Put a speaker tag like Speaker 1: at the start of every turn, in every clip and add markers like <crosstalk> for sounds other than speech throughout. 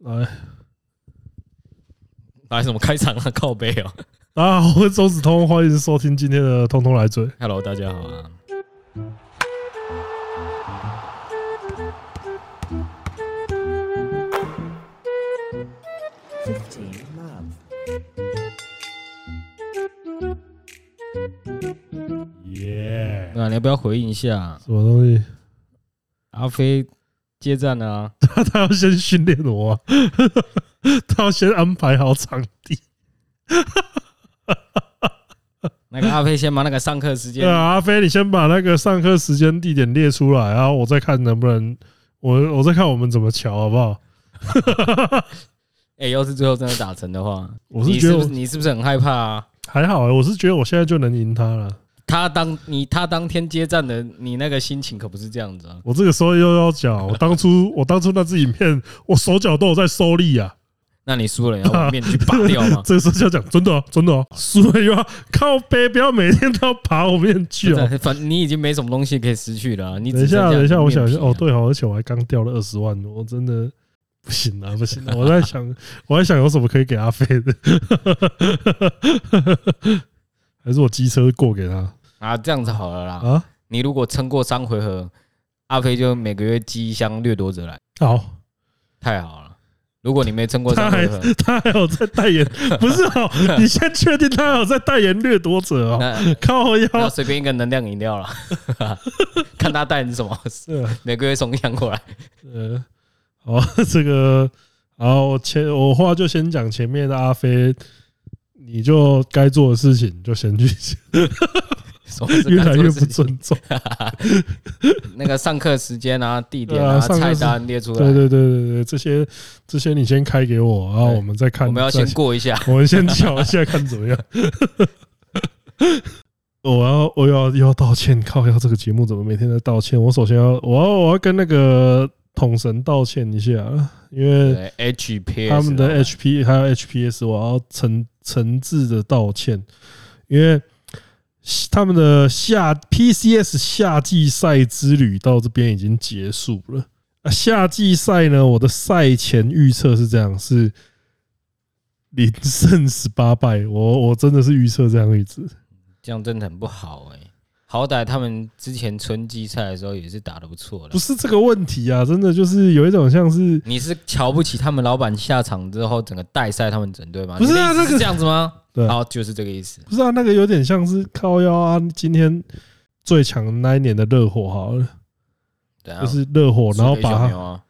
Speaker 1: 来，
Speaker 2: 来什么开场啊？靠背哦、 <laughs>
Speaker 1: 大家好，我是周子通，欢迎收听今天的《通通来嘴》。
Speaker 2: h e l l o 大家好啊！
Speaker 3: 15 love.
Speaker 1: 耶，
Speaker 2: 啊那你要不要回应一下？
Speaker 1: 什么东西？ <laughs>
Speaker 2: 阿飞接战了啊！
Speaker 1: 他他要先训练我、啊， <laughs> 他要先安排好场地。
Speaker 2: 那个阿飞先把那个上课时
Speaker 1: 对
Speaker 2: 间
Speaker 1: 啊，阿飞，你先把那个上课时间地点列出来，然后我再看能不能，我我再看我们怎么瞧，好不好？
Speaker 2: 哎、要是最后真的打成的话，
Speaker 1: 我是
Speaker 2: 你
Speaker 1: 觉得
Speaker 2: 是不
Speaker 1: 我
Speaker 2: 是你是不是很害怕啊？
Speaker 1: 还好、欸，我是觉得我现在就能赢他了。
Speaker 2: 他当你他当天接战的，你那个心情可不是这样子啊！
Speaker 1: 我这个时候又要讲，我当初我当初那支影片，我手脚都有在收力啊。？
Speaker 2: 那你输了，你要把面具拔掉吗
Speaker 1: <laughs> 这个时候就要讲，真的、啊、真的、啊，输了又要靠背，不要每天都要爬我面去哦。
Speaker 2: 对反正你已经没什么东西可以失去了啊、你
Speaker 1: 等
Speaker 2: 只
Speaker 1: 一
Speaker 2: 剩
Speaker 1: 下，
Speaker 2: 下
Speaker 1: 等一下，我想一下。
Speaker 2: 面皮啊
Speaker 1: 哦，，对哦，而且我还刚掉了二十万，我真的不行啊，不行啊！我在想，我在想有什么可以给阿飞的，还是我机车过给他
Speaker 2: 啊，这样子好了啦。
Speaker 1: 啊？
Speaker 2: 你如果撑过三回合，阿飞就每个月寄一箱掠夺者来，
Speaker 1: 好，
Speaker 2: 太好了。如果你没撑过三回合，
Speaker 1: <laughs> 他还有在代言，不是哦？你先确定他还有在代言掠夺者哦？ <laughs>
Speaker 2: 那
Speaker 1: 靠腰，
Speaker 2: 那随便一个能量饮料了， <laughs> 看他带你什么，
Speaker 1: 呃
Speaker 2: 每个月送一箱过
Speaker 1: <laughs>
Speaker 2: 来。
Speaker 1: 呃，好，这个，好，我前我话就先讲前面的阿飞，你就该做的事情就先去，
Speaker 2: 什么是
Speaker 1: 越来
Speaker 2: 干
Speaker 1: 越
Speaker 2: 这种
Speaker 1: 不
Speaker 2: 事
Speaker 1: 尊
Speaker 2: 情 <laughs>
Speaker 1: 重。
Speaker 2: 那个上课时间啊、地点
Speaker 1: 对
Speaker 2: 啊、
Speaker 1: 啊上课
Speaker 2: 菜
Speaker 1: 时
Speaker 2: 单列出来，
Speaker 1: 对对对对对，这些这些你先开给我，然后
Speaker 2: 对
Speaker 1: 我们再看。
Speaker 2: 我们要
Speaker 1: 再
Speaker 2: 先，过一下。
Speaker 1: 我们先瞧一下看怎么样。 <laughs> 我要我要又要道歉，靠！要这个节目怎么每天在道歉？我首先要我要我要跟那个统神道歉一下，因为
Speaker 2: 对，HPS
Speaker 1: 他们的 HP 还有 HPS，我要诚诚挚的道歉，因为他们的夏 PCS 夏季赛之旅到这边已经结束了。啊，夏季赛呢，我的赛前预测是这样，是零胜十八败。我我真的是预测这样一支，
Speaker 2: 这样真的很不好哎、好歹他们之前春季赛的时候也是打得不错的
Speaker 1: 不。是这个问题啊，真的就是有一种像是
Speaker 2: 你是瞧不起他们老板下场之后整个带赛他们整队吗？
Speaker 1: 不是啊
Speaker 2: 你的意思
Speaker 1: 这个
Speaker 2: 这样子吗？
Speaker 1: 对啊
Speaker 2: 好，就是这个意思。
Speaker 1: 不是啊，那个有点像是靠腰啊，今天最强的那一年的热火好了，
Speaker 2: 对啊，
Speaker 1: 就是热火，然后
Speaker 2: 输给
Speaker 1: 把
Speaker 2: 小
Speaker 1: 它
Speaker 2: 牛啊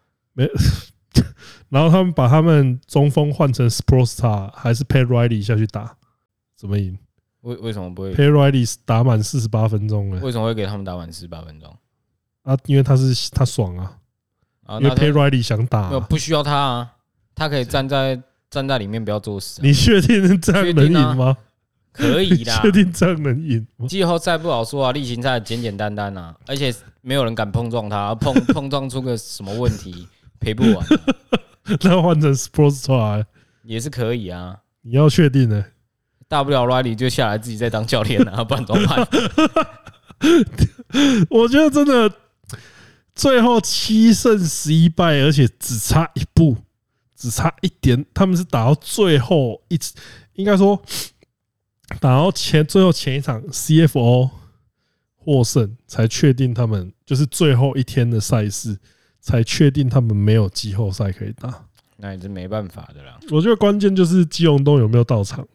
Speaker 1: 然后他们把他们中锋换成 Sprostar 还是 Pat Riley 下去打，怎么赢
Speaker 2: 为为什么不会？
Speaker 1: ？Pat Riley 打满四十八分钟了
Speaker 2: 为什么会给他们打满十八分钟？
Speaker 1: 啊，因为他是他爽啊，
Speaker 2: 啊，
Speaker 1: 因为
Speaker 2: 那他
Speaker 1: Pat Riley 想打
Speaker 2: 没有
Speaker 1: 啊、
Speaker 2: 不需要他啊，他可以站在站在里面不要作死啊、
Speaker 1: 你确定这样能赢吗？
Speaker 2: 可
Speaker 1: 你
Speaker 2: 以啊
Speaker 1: <laughs>
Speaker 2: 啦
Speaker 1: 确。定这样能赢吗？
Speaker 2: 季后赛不好说啊，例行赛简简单单啊，而且没有人敢碰撞他，碰碰撞出个什么问题赔不完啊、
Speaker 1: 那换成 Sprostar
Speaker 2: 也是可以啊。
Speaker 1: 你要确定呢、欸
Speaker 2: 大不了 Riley 就下来自己再当教练啊，不然怎么办？ <laughs>
Speaker 1: 我觉得真的最后七胜十一败，而且只差一步，只差一点，他们是打到最后一次，应该说 <sniffs> 打到前最后前一场 CFO 获胜，才确定他们就是最后一天的赛事，才确定他们没有季后赛可以打。
Speaker 2: 那也是没办法的啦，
Speaker 1: 我觉得关键就是基隆东有没有到场，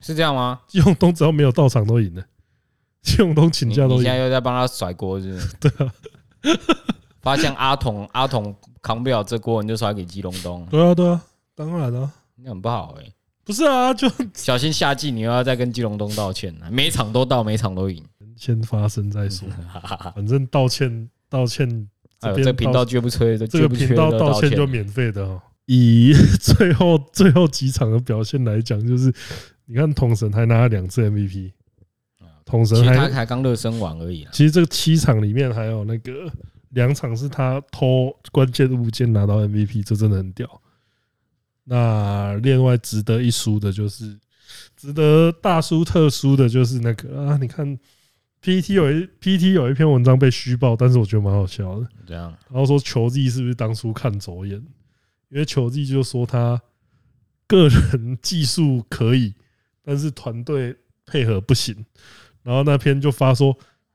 Speaker 2: 是这样吗？
Speaker 1: 基隆东只要没有到场都赢了，基隆东请
Speaker 2: 你
Speaker 1: 假
Speaker 2: 你
Speaker 1: 都
Speaker 2: 现
Speaker 1: 赢
Speaker 2: 在。又在帮他甩锅是不是？对啊。发现阿童阿童扛不了这锅，你就甩给基隆东，
Speaker 1: 对啊，对啊，当然啊，
Speaker 2: 那很不好哎、
Speaker 1: 不是啊，就
Speaker 2: 小心下季你又要再跟基隆东道歉了、每场都到，每场都赢。
Speaker 1: 先发生再
Speaker 2: <laughs>
Speaker 1: 说，反正道歉道歉，这
Speaker 2: 哎呦，
Speaker 1: 边
Speaker 2: 这频道绝不吹，这
Speaker 1: 这
Speaker 2: 绝
Speaker 1: 个
Speaker 2: 不缺
Speaker 1: 频
Speaker 2: 的
Speaker 1: 道
Speaker 2: 道
Speaker 1: 道歉就免费的哦。以 <laughs> 最后最后几场的表现来讲，就是你看统神还拿了两次 MVP，统
Speaker 2: 啊其
Speaker 1: 神
Speaker 2: 实他
Speaker 1: 还
Speaker 2: 才刚热身完而已啦。
Speaker 1: 其实这七场里面还有那个两场是他偷关键物件拿到 MVP，这真的很屌。那另外值得一输的就是值得大输特输的就是那个啊，你看 PT 有一 PT 有一篇文章被虚报，但是我觉得蛮好笑的。
Speaker 2: 这样，
Speaker 1: 然后说球技是不是当初看走眼？因为球季就说他个人技术可以，但是团队配合不行。然后那篇就发说，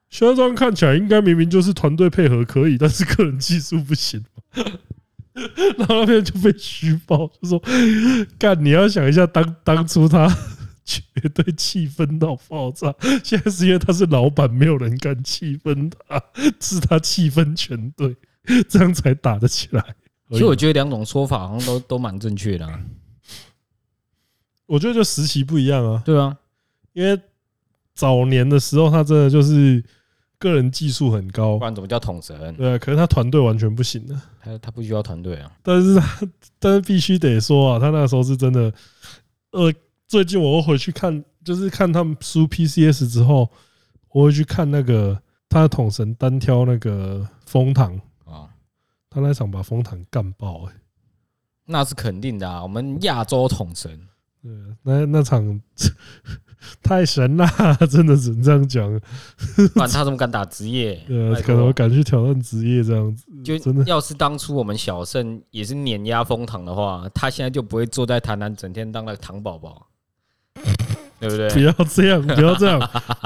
Speaker 1: 肖庄看起来应该明明就是团队配合可以，但是个人技术不行。 <laughs> 然后那边就被虚报，就说：“干，你要想一下当，当初他 <laughs> 绝对气愤到爆炸，现在是因为他是老板，没有人敢气愤他，是他气愤全队，这样才打得起来。”
Speaker 2: 其实我觉得两种说法好像都都蛮正确的、啊，
Speaker 1: 我觉得就时期不一样啊，
Speaker 2: 对啊，
Speaker 1: 因为早年的时候他真的就是个人技术很高
Speaker 2: 不，然怎么叫统神？
Speaker 1: 对啊，可是他团队完全不行的。啊
Speaker 2: 他他不需要团队啊，
Speaker 1: 但是他 <laughs> 但是必须得说啊，他那时候是真的，呃，最近我又回去看，就是看他们输 PCS 之后，我会去看那个他的统神单挑那个封堂，
Speaker 2: 哦，
Speaker 1: 他那场把封堂干爆、欸，
Speaker 2: 那是肯定的啊，我们亚洲统神， <laughs>
Speaker 1: 对，啊那那场 <laughs> 太神啦， <laughs> 真的只能这样讲，
Speaker 2: 不然他怎么敢打职业？
Speaker 1: 呃，
Speaker 2: 拜
Speaker 1: 可能
Speaker 2: 托
Speaker 1: 敢去挑战职业这样子，
Speaker 2: 就
Speaker 1: 真的
Speaker 2: 要是当初我们小胜也是碾压封堂的话，他现在就不会坐在台南整天当那个糖宝宝，对
Speaker 1: 不
Speaker 2: 不对？
Speaker 1: 要这
Speaker 2: <laughs>
Speaker 1: 样，不要这样，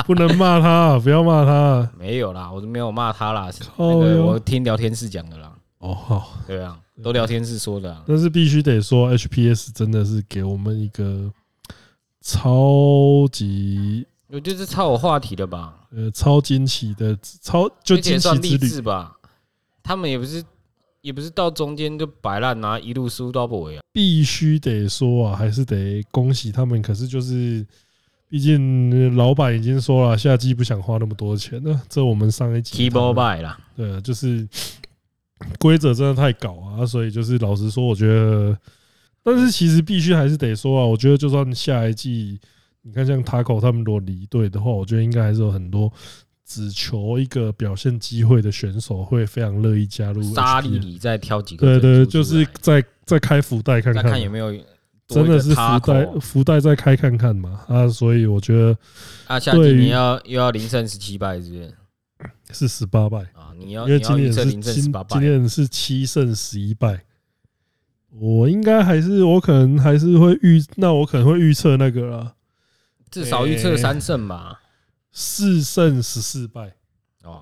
Speaker 1: 不能骂他，不要骂他，
Speaker 2: 没有啦，我都没有骂他啦，是那
Speaker 1: 靠
Speaker 2: 个
Speaker 1: 哟
Speaker 2: 我听聊天室讲的啦，
Speaker 1: 哦好。
Speaker 2: 对啊，都聊天室说的、啊，
Speaker 1: 但是必须得说，HPS 真的是给我们一个超级
Speaker 2: 我觉得这超有话题的吧，
Speaker 1: 呃超惊奇的超就
Speaker 2: 这也
Speaker 1: 惊
Speaker 2: 算
Speaker 1: 奇之
Speaker 2: 励
Speaker 1: 旅。
Speaker 2: 志吧，他们也不是也不是到中间就摆烂啊，一路输到尾啊，
Speaker 1: 必须得说啊，还是得恭喜他们。可是就是，毕竟呃老板已经说了，下季不想花那么多钱了。这我们上一集
Speaker 2: k e y b o a
Speaker 1: 吧。
Speaker 2: r d 啦，
Speaker 1: 对啊，就是规则真的太搞啊，所以就是老实说，我觉得，但是其实必须还是得说啊，我觉得就算下一季，你看像 Taco 他们如果离队的话，我觉得应该还是有很多只求一个表现机会的选手会非常乐意加入 HPL。
Speaker 2: 沙里里再挑几个
Speaker 1: 对
Speaker 2: 整出出来，
Speaker 1: 对，就是再再开福袋看
Speaker 2: 再
Speaker 1: 看
Speaker 2: 看有没有多
Speaker 1: 真
Speaker 2: 一
Speaker 1: 的
Speaker 2: 个
Speaker 1: 是福
Speaker 2: taco
Speaker 1: 袋福袋再开看看嘛啊，所以我觉得
Speaker 2: 啊，下季
Speaker 1: 对于
Speaker 2: 你要又要零胜十七败是不是？
Speaker 1: 是十八败。
Speaker 2: 啊，你要
Speaker 1: 因为
Speaker 2: 你
Speaker 1: 今
Speaker 2: 要
Speaker 1: 年
Speaker 2: 预测
Speaker 1: 是
Speaker 2: 零胜十
Speaker 1: 今
Speaker 2: 八败
Speaker 1: 今，年是七胜十一败，我应该还是我可能还是会预，那我可能会预测那个啦，
Speaker 2: 至少预测三胜吧。
Speaker 1: 四胜十四败。
Speaker 2: 哦，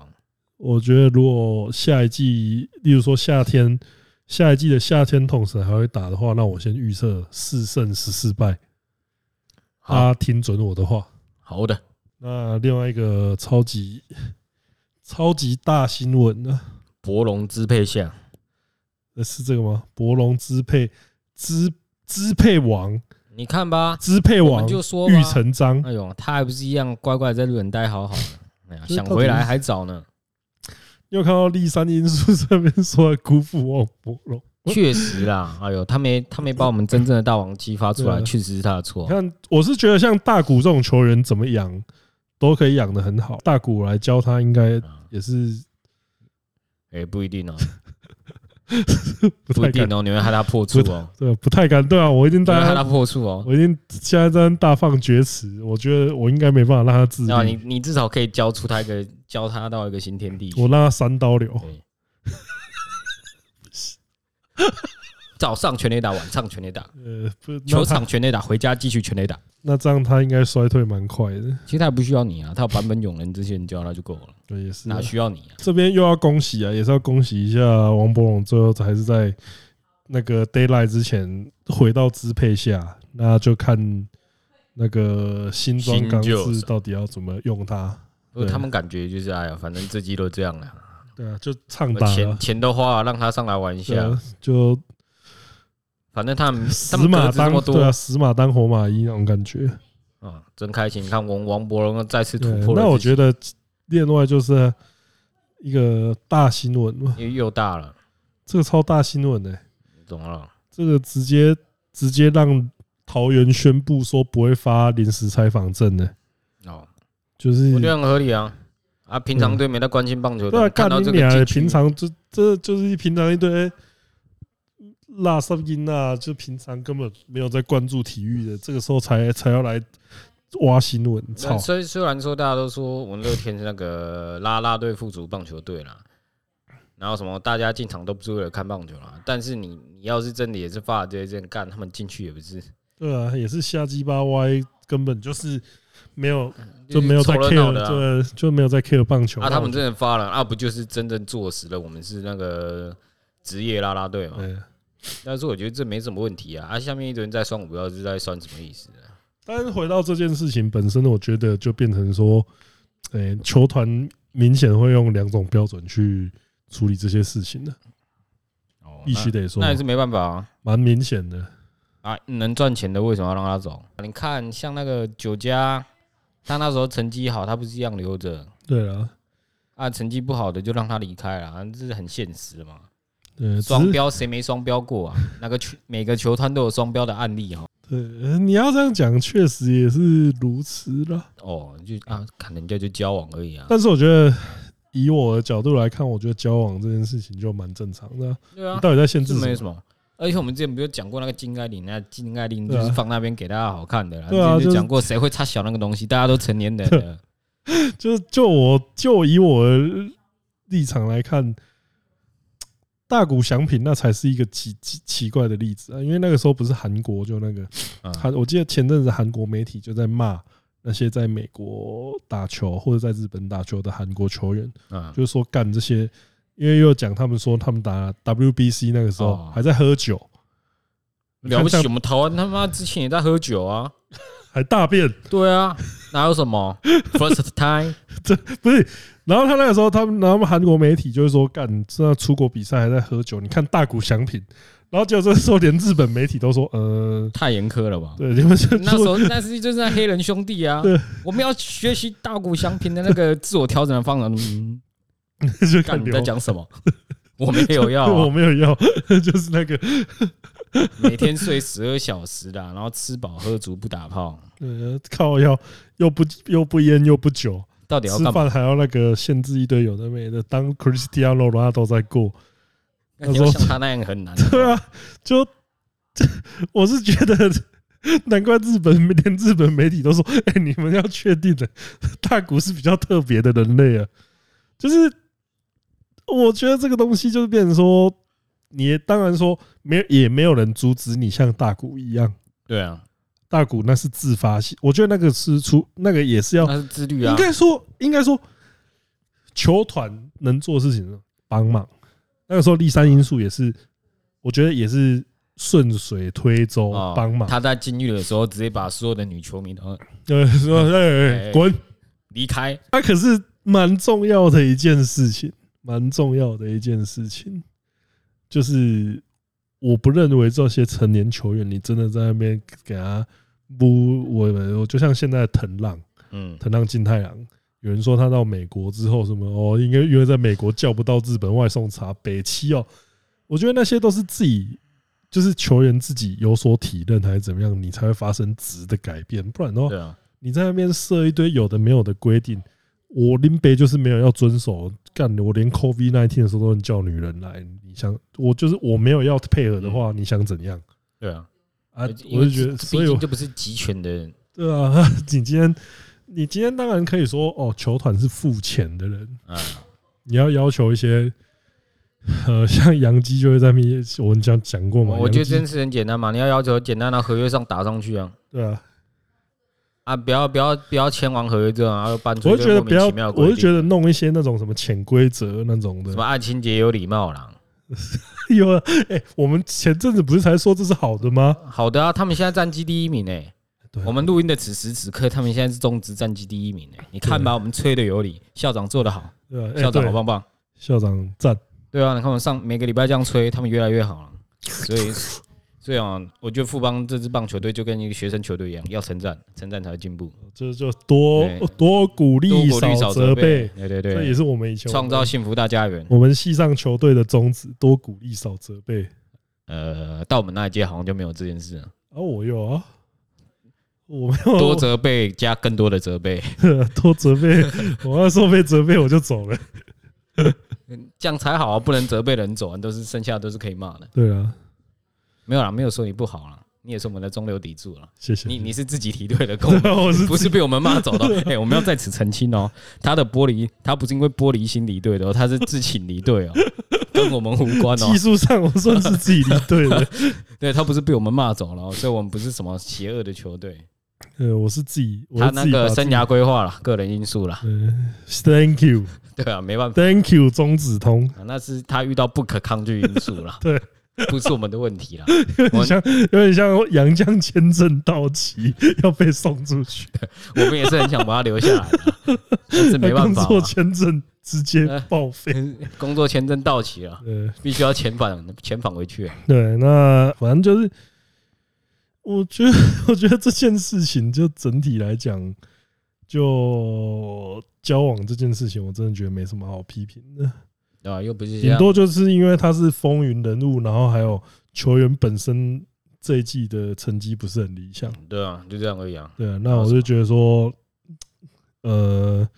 Speaker 1: 我觉得如果下一季，例如说夏天，下一季的夏天统神还会打的话，那我先预测四胜十四败，
Speaker 2: 好、
Speaker 1: 大家听准我的话。
Speaker 2: 好的，
Speaker 1: 那另外一个超级超级大新闻呢？
Speaker 2: 博龙支配下
Speaker 1: 呃是这个吗？博龙支配支支配王
Speaker 2: 你看吧，
Speaker 1: 支配
Speaker 2: 我
Speaker 1: 王
Speaker 2: 们就说吧
Speaker 1: 玉成章，
Speaker 2: 哎呦，他还不是一样乖乖在日本待好好的，哎呀，
Speaker 1: 就是
Speaker 2: 想
Speaker 1: 到底
Speaker 2: 回来
Speaker 1: 是
Speaker 2: 还早呢。
Speaker 1: 又看到立山因素这边说要辜负王博龙，
Speaker 2: 确实啦，哎呦，他没他没把我们真正的大王激发出
Speaker 1: <laughs>
Speaker 2: 来，
Speaker 1: 对啊
Speaker 2: 确实是他的
Speaker 1: 你
Speaker 2: 错。
Speaker 1: 看，我是觉得像大谷这种球员怎么养都可以养得很好，大谷来教他应该
Speaker 2: 啊
Speaker 1: 也是
Speaker 2: 哎，不一定哦，
Speaker 1: 不 <laughs>
Speaker 2: 不
Speaker 1: 太
Speaker 2: 一定
Speaker 1: 敢，
Speaker 2: 哦，你会害他破处哦，
Speaker 1: 对，不太敢，对啊，我一定
Speaker 2: 你会害
Speaker 1: 大
Speaker 2: 他
Speaker 1: 家，
Speaker 2: 破处哦。
Speaker 1: 我一定现在在大放厥词，我觉得我应该没办法让他自
Speaker 2: 那你
Speaker 1: 立，
Speaker 2: 你至少可以教出他一个，教他到一个新天地去。
Speaker 1: 我让他三刀流，
Speaker 2: 对，早上全垒打，晚上全
Speaker 1: <laughs>
Speaker 2: 垒打，
Speaker 1: 呃，不，那
Speaker 2: 球
Speaker 1: 他
Speaker 2: 场全垒打，回家继续全垒打。
Speaker 1: 那这样他应该衰退蛮快的，
Speaker 2: 其实他也不需要你啊，他有版本永人这些人教他就够了，
Speaker 1: 对，也是啊
Speaker 2: 哪需要你啊？
Speaker 1: 这边又要恭喜啊，也是要恭喜一下王博龙，最后还是在那个 d a y l i g h t 之前回到支配下，那就看那个新装钢
Speaker 2: 新旧
Speaker 1: 制
Speaker 2: 手
Speaker 1: 到底要怎么用它。
Speaker 2: 不过他们感觉就是哎呀，反正这季都这样了，
Speaker 1: 对啊，就唱打
Speaker 2: 钱
Speaker 1: 了，
Speaker 2: 钱都花了，让他上来玩一
Speaker 1: 对
Speaker 2: 下
Speaker 1: 啊，，就
Speaker 2: 反正他
Speaker 1: <laughs>
Speaker 2: 们
Speaker 1: 死
Speaker 2: 他们
Speaker 1: 马
Speaker 2: 得知这
Speaker 1: 当
Speaker 2: 么
Speaker 1: 对
Speaker 2: 多
Speaker 1: 啊，死马当活马医那种感觉。
Speaker 2: 啊，真开心！你看王王伯龙又再次突
Speaker 1: 对，
Speaker 2: 破了，
Speaker 1: 那我觉得另外就是一个大新闻嘛，
Speaker 2: 又又大了，
Speaker 1: 这个超大新闻呢、欸
Speaker 2: 怎么了？
Speaker 1: 这个直接直接让桃园宣布说不会发临时采访证呢、
Speaker 2: 哦，
Speaker 1: 就是
Speaker 2: 我觉得很合理啊啊！平常队没在关心棒球
Speaker 1: 对啊，
Speaker 2: 的，
Speaker 1: 干
Speaker 2: 看到
Speaker 1: 你
Speaker 2: 这
Speaker 1: 俩平
Speaker 2: 个进去
Speaker 1: 常就这就是平常一堆垃圾音啊，就平常根本没有在关注体育的，这个时候才才要来挖新闻，操
Speaker 2: 那！虽虽然说大家都说我们乐天是那个拉拉队附属棒球队啦，然后什么大家进场都不是为了看棒球啦，但是你你要是真的也是发了这些阵干，他们进去也不是
Speaker 1: 对啊，也是瞎鸡巴歪，根本就是没有就没有
Speaker 2: 嗯凑
Speaker 1: 在
Speaker 2: 热
Speaker 1: care，
Speaker 2: 闹的啊、
Speaker 1: 对，就没有在 care 棒球
Speaker 2: 啊，他们真的发了啊，不就是真正坐实了我们是那个职业啦啦队嘛？
Speaker 1: 对，
Speaker 2: 但是我觉得这没什么问题啊。啊，下面一堆人在酸，我不知道是在酸什么意思、啊。
Speaker 1: 但是回到这件事情本身，我觉得就变成说，诶、球团明显会用两种标准去处理这些事情的，
Speaker 2: 哦
Speaker 1: 必须得说
Speaker 2: 那，那也是没办法啊。
Speaker 1: 蛮明显的。
Speaker 2: 啊，能赚钱的为什么要让他走？你看，像那个酒家，他那时候成绩好，他不是一样留着
Speaker 1: 对啊，
Speaker 2: 啊？成绩不好的就让他离开了，啊这是很现实的嘛。
Speaker 1: 对，只
Speaker 2: 双
Speaker 1: 是
Speaker 2: 标谁没双标过啊？那个球每个球团都有双标的案例哦哈。
Speaker 1: 对，呃你要这样讲，确实也是如此啦。
Speaker 2: 哦，就啊，看人家就交往而已啊。
Speaker 1: 但是我觉得，以我的角度来看，我觉得交往这件事情就蛮正常的啊。
Speaker 2: 对
Speaker 1: 你
Speaker 2: 啊，
Speaker 1: 到底在限
Speaker 2: 这
Speaker 1: 制
Speaker 2: 没
Speaker 1: 么？
Speaker 2: 什么。而且我们之前不就讲过那个金盖令，那金盖令就
Speaker 1: 对
Speaker 2: 是
Speaker 1: 啊
Speaker 2: 放那边给大家好看的啦。
Speaker 1: 对啊
Speaker 2: 之前
Speaker 1: 就是
Speaker 2: 就讲过谁会插小那个东西，大家都成年
Speaker 1: <laughs>
Speaker 2: 人了。
Speaker 1: 就是就我就以我的立场来看，大谷翔平那才是一个奇奇奇怪的例子啊，因为那个时候不是韩国就那个
Speaker 2: 啊
Speaker 1: 韩，我记得前阵子韩国媒体就在骂那些在美国打球或者在日本打球的韩国球员，
Speaker 2: 嗯，
Speaker 1: 就是说干这些，因为又讲他们说他们打 WBC 那个时候
Speaker 2: 哦
Speaker 1: 还在喝酒，
Speaker 2: 了不
Speaker 1: 你看
Speaker 2: 起，
Speaker 1: 像
Speaker 2: 我们台湾他妈之前也在喝酒啊。
Speaker 1: 还大便，
Speaker 2: 对啊，哪有什
Speaker 1: <laughs>
Speaker 2: 么 first time？
Speaker 1: 不是。然后他那个时候，他们然后他们韩国媒体就是说，干，这出国比赛还在喝酒，你看大谷翔平。然后结果这时候连日本媒体都说，呃，
Speaker 2: 太严苛了吧？
Speaker 1: 对，你们这
Speaker 2: 那
Speaker 1: <laughs>
Speaker 2: 时候那是就是那黑人兄弟啊
Speaker 1: 对，
Speaker 2: 我们要学习大谷翔平的那个自我调整的方
Speaker 1: <laughs>
Speaker 2: 法。嗯，
Speaker 1: 就
Speaker 2: 看
Speaker 1: 看
Speaker 2: 你在讲什么？ <laughs> 我没有要、
Speaker 1: <laughs> 我
Speaker 2: 啊，
Speaker 1: 没有要，就是那个，
Speaker 2: 每天睡十二小时的，然后吃饱喝足不打炮，
Speaker 1: 呃，靠要又不又不烟又不酒，
Speaker 2: 到底要
Speaker 1: 吃
Speaker 2: 干嘛？
Speaker 1: 饭还要那个限制一堆有的没的，当 Cristiano Ronaldo 在过，
Speaker 2: 那你要像他那样很难。
Speaker 1: 对啊，就 <laughs> 我是觉得，难怪日本连日本媒体都说：“哎、你们要确定的，大谷是比较特别的人类啊。”就是我觉得这个东西就是变成说，你当然说没也没有人阻止你像大谷一样，
Speaker 2: 对啊，
Speaker 1: 大谷那是自发性，我觉得那个是出那个也是要，
Speaker 2: 那是自律啊
Speaker 1: 应。该说应该说，球团能做的事情是帮忙。那个时候立三因素也是，我觉得也是顺水推舟
Speaker 2: 哦
Speaker 1: 帮忙。
Speaker 2: 他在禁欲的时候，直接把所有的女球迷都
Speaker 1: <laughs> 对，说哎哎
Speaker 2: 哎
Speaker 1: 滚，
Speaker 2: 离开。
Speaker 1: 那可是蛮重要的一件事情，蛮重要的一件事情，就是我不认为这些成年球员，你真的在那边给他不，我我就像现在的藤浪，
Speaker 2: 嗯，
Speaker 1: 藤浪金太郎。有人说他到美国之后什么哦，应该因为在美国叫不到日本外送茶北七哦，我觉得那些都是自己就是球员自己有所体认还是怎么样，你才会发生质的改变，不然的话
Speaker 2: 对啊，
Speaker 1: 你在那边设一堆有的没有的规定，我林北就是没有要遵守，干我连 COVID nineteen 的时候都能叫女人来，你想我就是我没有要配合的话，你想怎样
Speaker 2: 对啊。
Speaker 1: 啊？
Speaker 2: 嗯因
Speaker 1: 我
Speaker 2: 为
Speaker 1: 就觉得，
Speaker 2: 这
Speaker 1: 所以
Speaker 2: 毕竟
Speaker 1: 我
Speaker 2: 这不是集权的
Speaker 1: 对啊， <laughs> 你今天你今天当然可以说哦，球团是付钱的人，
Speaker 2: 啊，
Speaker 1: 你要要求一些。呃，像杨基就会在面，我们讲讲过嘛，
Speaker 2: 我觉
Speaker 1: 杨
Speaker 2: 得
Speaker 1: 基
Speaker 2: 这件事很简单嘛，你要要求简单的合约上打上去啊。
Speaker 1: 对啊，
Speaker 2: 啊，不要不要不要签完合约之后，然后又搬出
Speaker 1: 我
Speaker 2: 一
Speaker 1: 就
Speaker 2: 堆
Speaker 1: 觉得
Speaker 2: 莫
Speaker 1: 不
Speaker 2: 名
Speaker 1: 要
Speaker 2: 其妙，的
Speaker 1: 我
Speaker 2: 规
Speaker 1: 就
Speaker 2: 定，
Speaker 1: 觉得弄一些那种什么潜规则那种的
Speaker 2: 什，么爱情节有礼貌啦。嗯
Speaker 1: <laughs> 有啊，哎、我们前阵子不是才说这是好的吗？
Speaker 2: 好的啊，他们现在战绩第一名诶、
Speaker 1: 对啊
Speaker 2: 我们录音的此时此刻，他们现在是中职战绩第一名诶、你看吧，我们吹的有理，校长做的好，
Speaker 1: 对啊，哎
Speaker 2: 校长好
Speaker 1: 对
Speaker 2: 棒棒。
Speaker 1: 校长赞，
Speaker 2: 对啊，你看我们上每个礼拜这样吹，他们越来越
Speaker 1: <laughs>
Speaker 2: 好了。所以，所以啊，我觉得富邦这支棒球队就跟一个学生球队一样，要称赞，称赞才会进步。
Speaker 1: 这就多
Speaker 2: 对
Speaker 1: 多鼓
Speaker 2: 多
Speaker 1: 励
Speaker 2: 鼓励
Speaker 1: 少
Speaker 2: 少
Speaker 1: 责
Speaker 2: 责
Speaker 1: 备
Speaker 2: 备，，对对
Speaker 1: 这也
Speaker 2: 对，
Speaker 1: 是我们以前
Speaker 2: 创造幸福大家园。
Speaker 1: 我们系上球队的宗旨，多鼓励少责备。
Speaker 2: 呃，到我们那一届好像就没有这件事了，
Speaker 1: 啊，我有啊，我没有
Speaker 2: 多责备加更多的责备， <laughs>
Speaker 1: 多责备，我要说被责备我就走了。
Speaker 2: 这样才好啊！不能责备人走啊，都是剩下都是可以骂的。
Speaker 1: 对啊，
Speaker 2: 没有啦，没有说你不好啦，你也是我们的中流砥柱了。
Speaker 1: 谢谢
Speaker 2: 你你是自己提队的，跟我们
Speaker 1: <laughs> 我是
Speaker 2: <laughs> 不是被我们
Speaker 1: <laughs>
Speaker 2: 骂走的哦？哎、我们要在此澄清哦，他的玻璃，他不是因为玻璃心离队的哦，他是自请
Speaker 1: <laughs>
Speaker 2: 离队哦，跟我们无关哦
Speaker 1: 技。术上我算是自己离队的，
Speaker 2: 对他不是被我们骂走了哦、所以我们不是什么邪恶的球队。
Speaker 1: <laughs> 呃，我是自己，我
Speaker 2: 他
Speaker 1: 是
Speaker 2: 那
Speaker 1: 自己
Speaker 2: 个
Speaker 1: 把自
Speaker 2: 生
Speaker 1: 己
Speaker 2: 涯规划啦，个人因素啦，
Speaker 1: 呃，Thank you，Thank
Speaker 2: 对啊，没办法，
Speaker 1: you，中子通， <laughs>
Speaker 2: 啊那是他遇到不可抗拒因素啦，
Speaker 1: 对，
Speaker 2: 不是我们的问题啦。
Speaker 1: 有
Speaker 2: 我
Speaker 1: 点像有点像杨绛签证到期 <laughs> 要被送出去，
Speaker 2: 我们也是很想把他留下
Speaker 1: <laughs>
Speaker 2: 来的，但是没
Speaker 1: 工
Speaker 2: 办法嘛，呃
Speaker 1: 作签证直接报废。 <laughs>
Speaker 2: 工作签证到期了，
Speaker 1: 呃，
Speaker 2: 必须要遣返遣返回去。
Speaker 1: 对，那反正就是，我觉得 <laughs> 我觉得这件事情就整体来讲，就交往这件事情，我真的觉得没什么好批评的。
Speaker 2: 对吧？又不是这啊
Speaker 1: 顶
Speaker 2: 样，
Speaker 1: 多就是因为他是风云人物，然后还有球员本身这一季的成绩不是很理想。
Speaker 2: 对啊，就这样而已啊。
Speaker 1: 对，那我就觉得说，呃，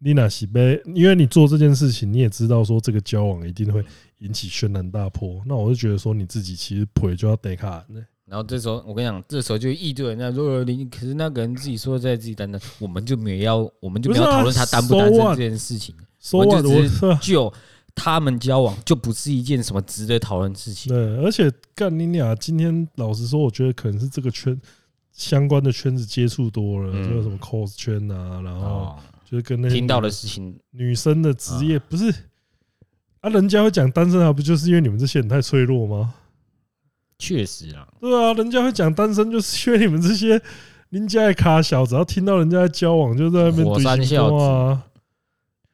Speaker 1: 丽娜喜杯，因为你做这件事情，你也知道说这个交往一定会引起轩然大波。那我就觉得说，你自己其实腿就要得卡呢。
Speaker 2: 然后这时候我跟你讲，这时候就一堆人在说呃你，可是那个人自己说在自己担当，我们就没有要，我们就没有
Speaker 1: 不是啊
Speaker 2: 讨论他担不担
Speaker 1: so
Speaker 2: 正
Speaker 1: what？
Speaker 2: 这件事情。
Speaker 1: 说
Speaker 2: 我
Speaker 1: 完
Speaker 2: 就
Speaker 1: 我 <laughs>
Speaker 2: 只是
Speaker 1: 是啊
Speaker 2: 就他们交往就不是一件什么值得讨论的事情。
Speaker 1: 对，而且干你俩今天老实说，我觉得可能是这个圈相关的圈子接触多了，
Speaker 2: 嗯
Speaker 1: 就是什么 cos 圈啊，然后
Speaker 2: 哦，
Speaker 1: 就是跟那些
Speaker 2: 听到的
Speaker 1: 女
Speaker 2: 事情，
Speaker 1: 女生的职业不是啊，人家会讲单身啊，不就是因为你们这些人太脆弱吗？
Speaker 2: 确实啊，
Speaker 1: 对啊，人家会讲单身，就是因为你们这些邻家的卡小子，只要听到人家在交往，就在那边
Speaker 2: 火
Speaker 1: 堆
Speaker 2: 山
Speaker 1: 心
Speaker 2: 孝子
Speaker 1: 啊，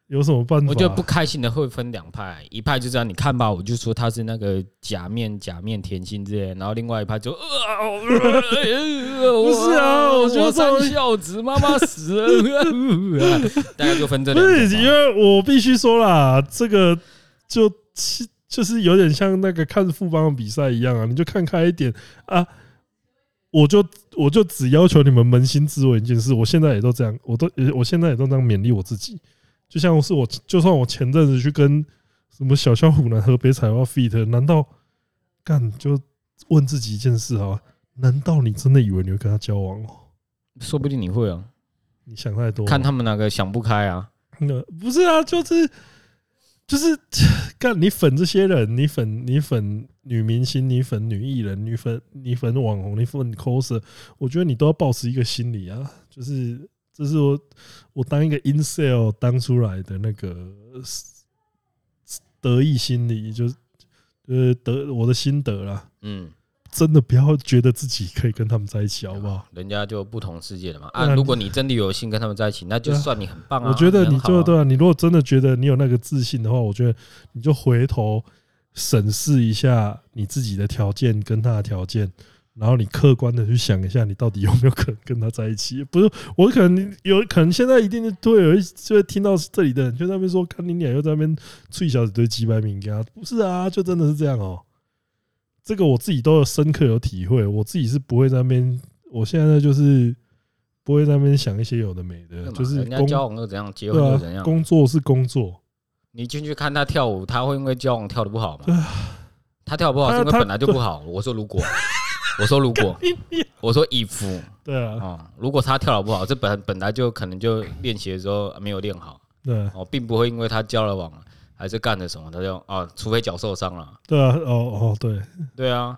Speaker 1: 有什么办法？啊
Speaker 2: 我觉得不开心的会分两派，一派就这样，你看吧，我就说他是那个假面假面甜心之类的，然后另外一派就呃，不
Speaker 1: 不是啊我觉得这种
Speaker 2: 三孝子妈妈
Speaker 1: <laughs>
Speaker 2: 死了，大家就分这
Speaker 1: 不
Speaker 2: 两
Speaker 1: 是，因
Speaker 2: 种
Speaker 1: 为我必须说啦，这个就其就是有点像那个看富邦的比赛一样啊，你就看开一点啊。我就我就只要求你们扪心自问一件事，我现在也都这样，我都呃我现在也都这样勉励我自己。就像是我，就算我前阵子去跟什么小小虎南河北彩花 fit，难道干就问自己一件事啊？难道你真的以为你会跟他交往哦？
Speaker 2: 吧，说不定你会啊，
Speaker 1: 你想太多了，
Speaker 2: 看他们哪个想不开啊，
Speaker 1: 那不是啊，就是就是干你粉这些人，你粉你粉女明星，你粉女艺人，你粉你粉网红，你粉 coser，我觉得你都要保持一个心理啊，就是这是我我当一个 in sale 当出来的那个得意心理，就是呃得我的心得啦，
Speaker 2: 嗯，
Speaker 1: 真的不要觉得自己可以跟他们在一起，好不好？
Speaker 2: 人家就不同世界的嘛
Speaker 1: 对
Speaker 2: 啊，
Speaker 1: 啊
Speaker 2: 如果你真的有幸跟他们在一起，那就算你很棒啊，
Speaker 1: 我觉得你
Speaker 2: 很好
Speaker 1: 就
Speaker 2: 啊
Speaker 1: 对啊，你如果真的觉得你有那个自信的话，我觉得你就回头审视一下你自己的条件跟他的条件，然后你客观的去想一下，你到底有没有可能跟他在一起？不是，我可能有可能现在一定都会有一就会听到这里的人就在那边说，看你俩又在那边吹小子对几百米给他，不是啊，就真的是这样哦、这个我自己都有深刻有体会，我自己是不会在那边，我现在就是不会在那边想一些有的没
Speaker 2: 干
Speaker 1: 的，
Speaker 2: 嘛
Speaker 1: 就是
Speaker 2: 人家
Speaker 1: 公
Speaker 2: 交往又怎样，结婚
Speaker 1: 对
Speaker 2: 又怎
Speaker 1: 啊，
Speaker 2: 样，
Speaker 1: 工作是工作，
Speaker 2: 你进去看他跳舞，他会因为交往跳的不好吗
Speaker 1: 对？啊
Speaker 2: 他跳得不好是因为
Speaker 1: 他他
Speaker 2: 本来就不好。我
Speaker 1: <laughs>
Speaker 2: 说如果，我说如果，我说以夫
Speaker 1: 对啊，
Speaker 2: 啊，如果他跳的不好，这本本来就可能就练习的时候没有练好
Speaker 1: 对啊，
Speaker 2: 哦，并不会因为他交了往还是干了什么，他就啊，除非脚受伤了，
Speaker 1: 对啊，哦哦，对，
Speaker 2: 对啊，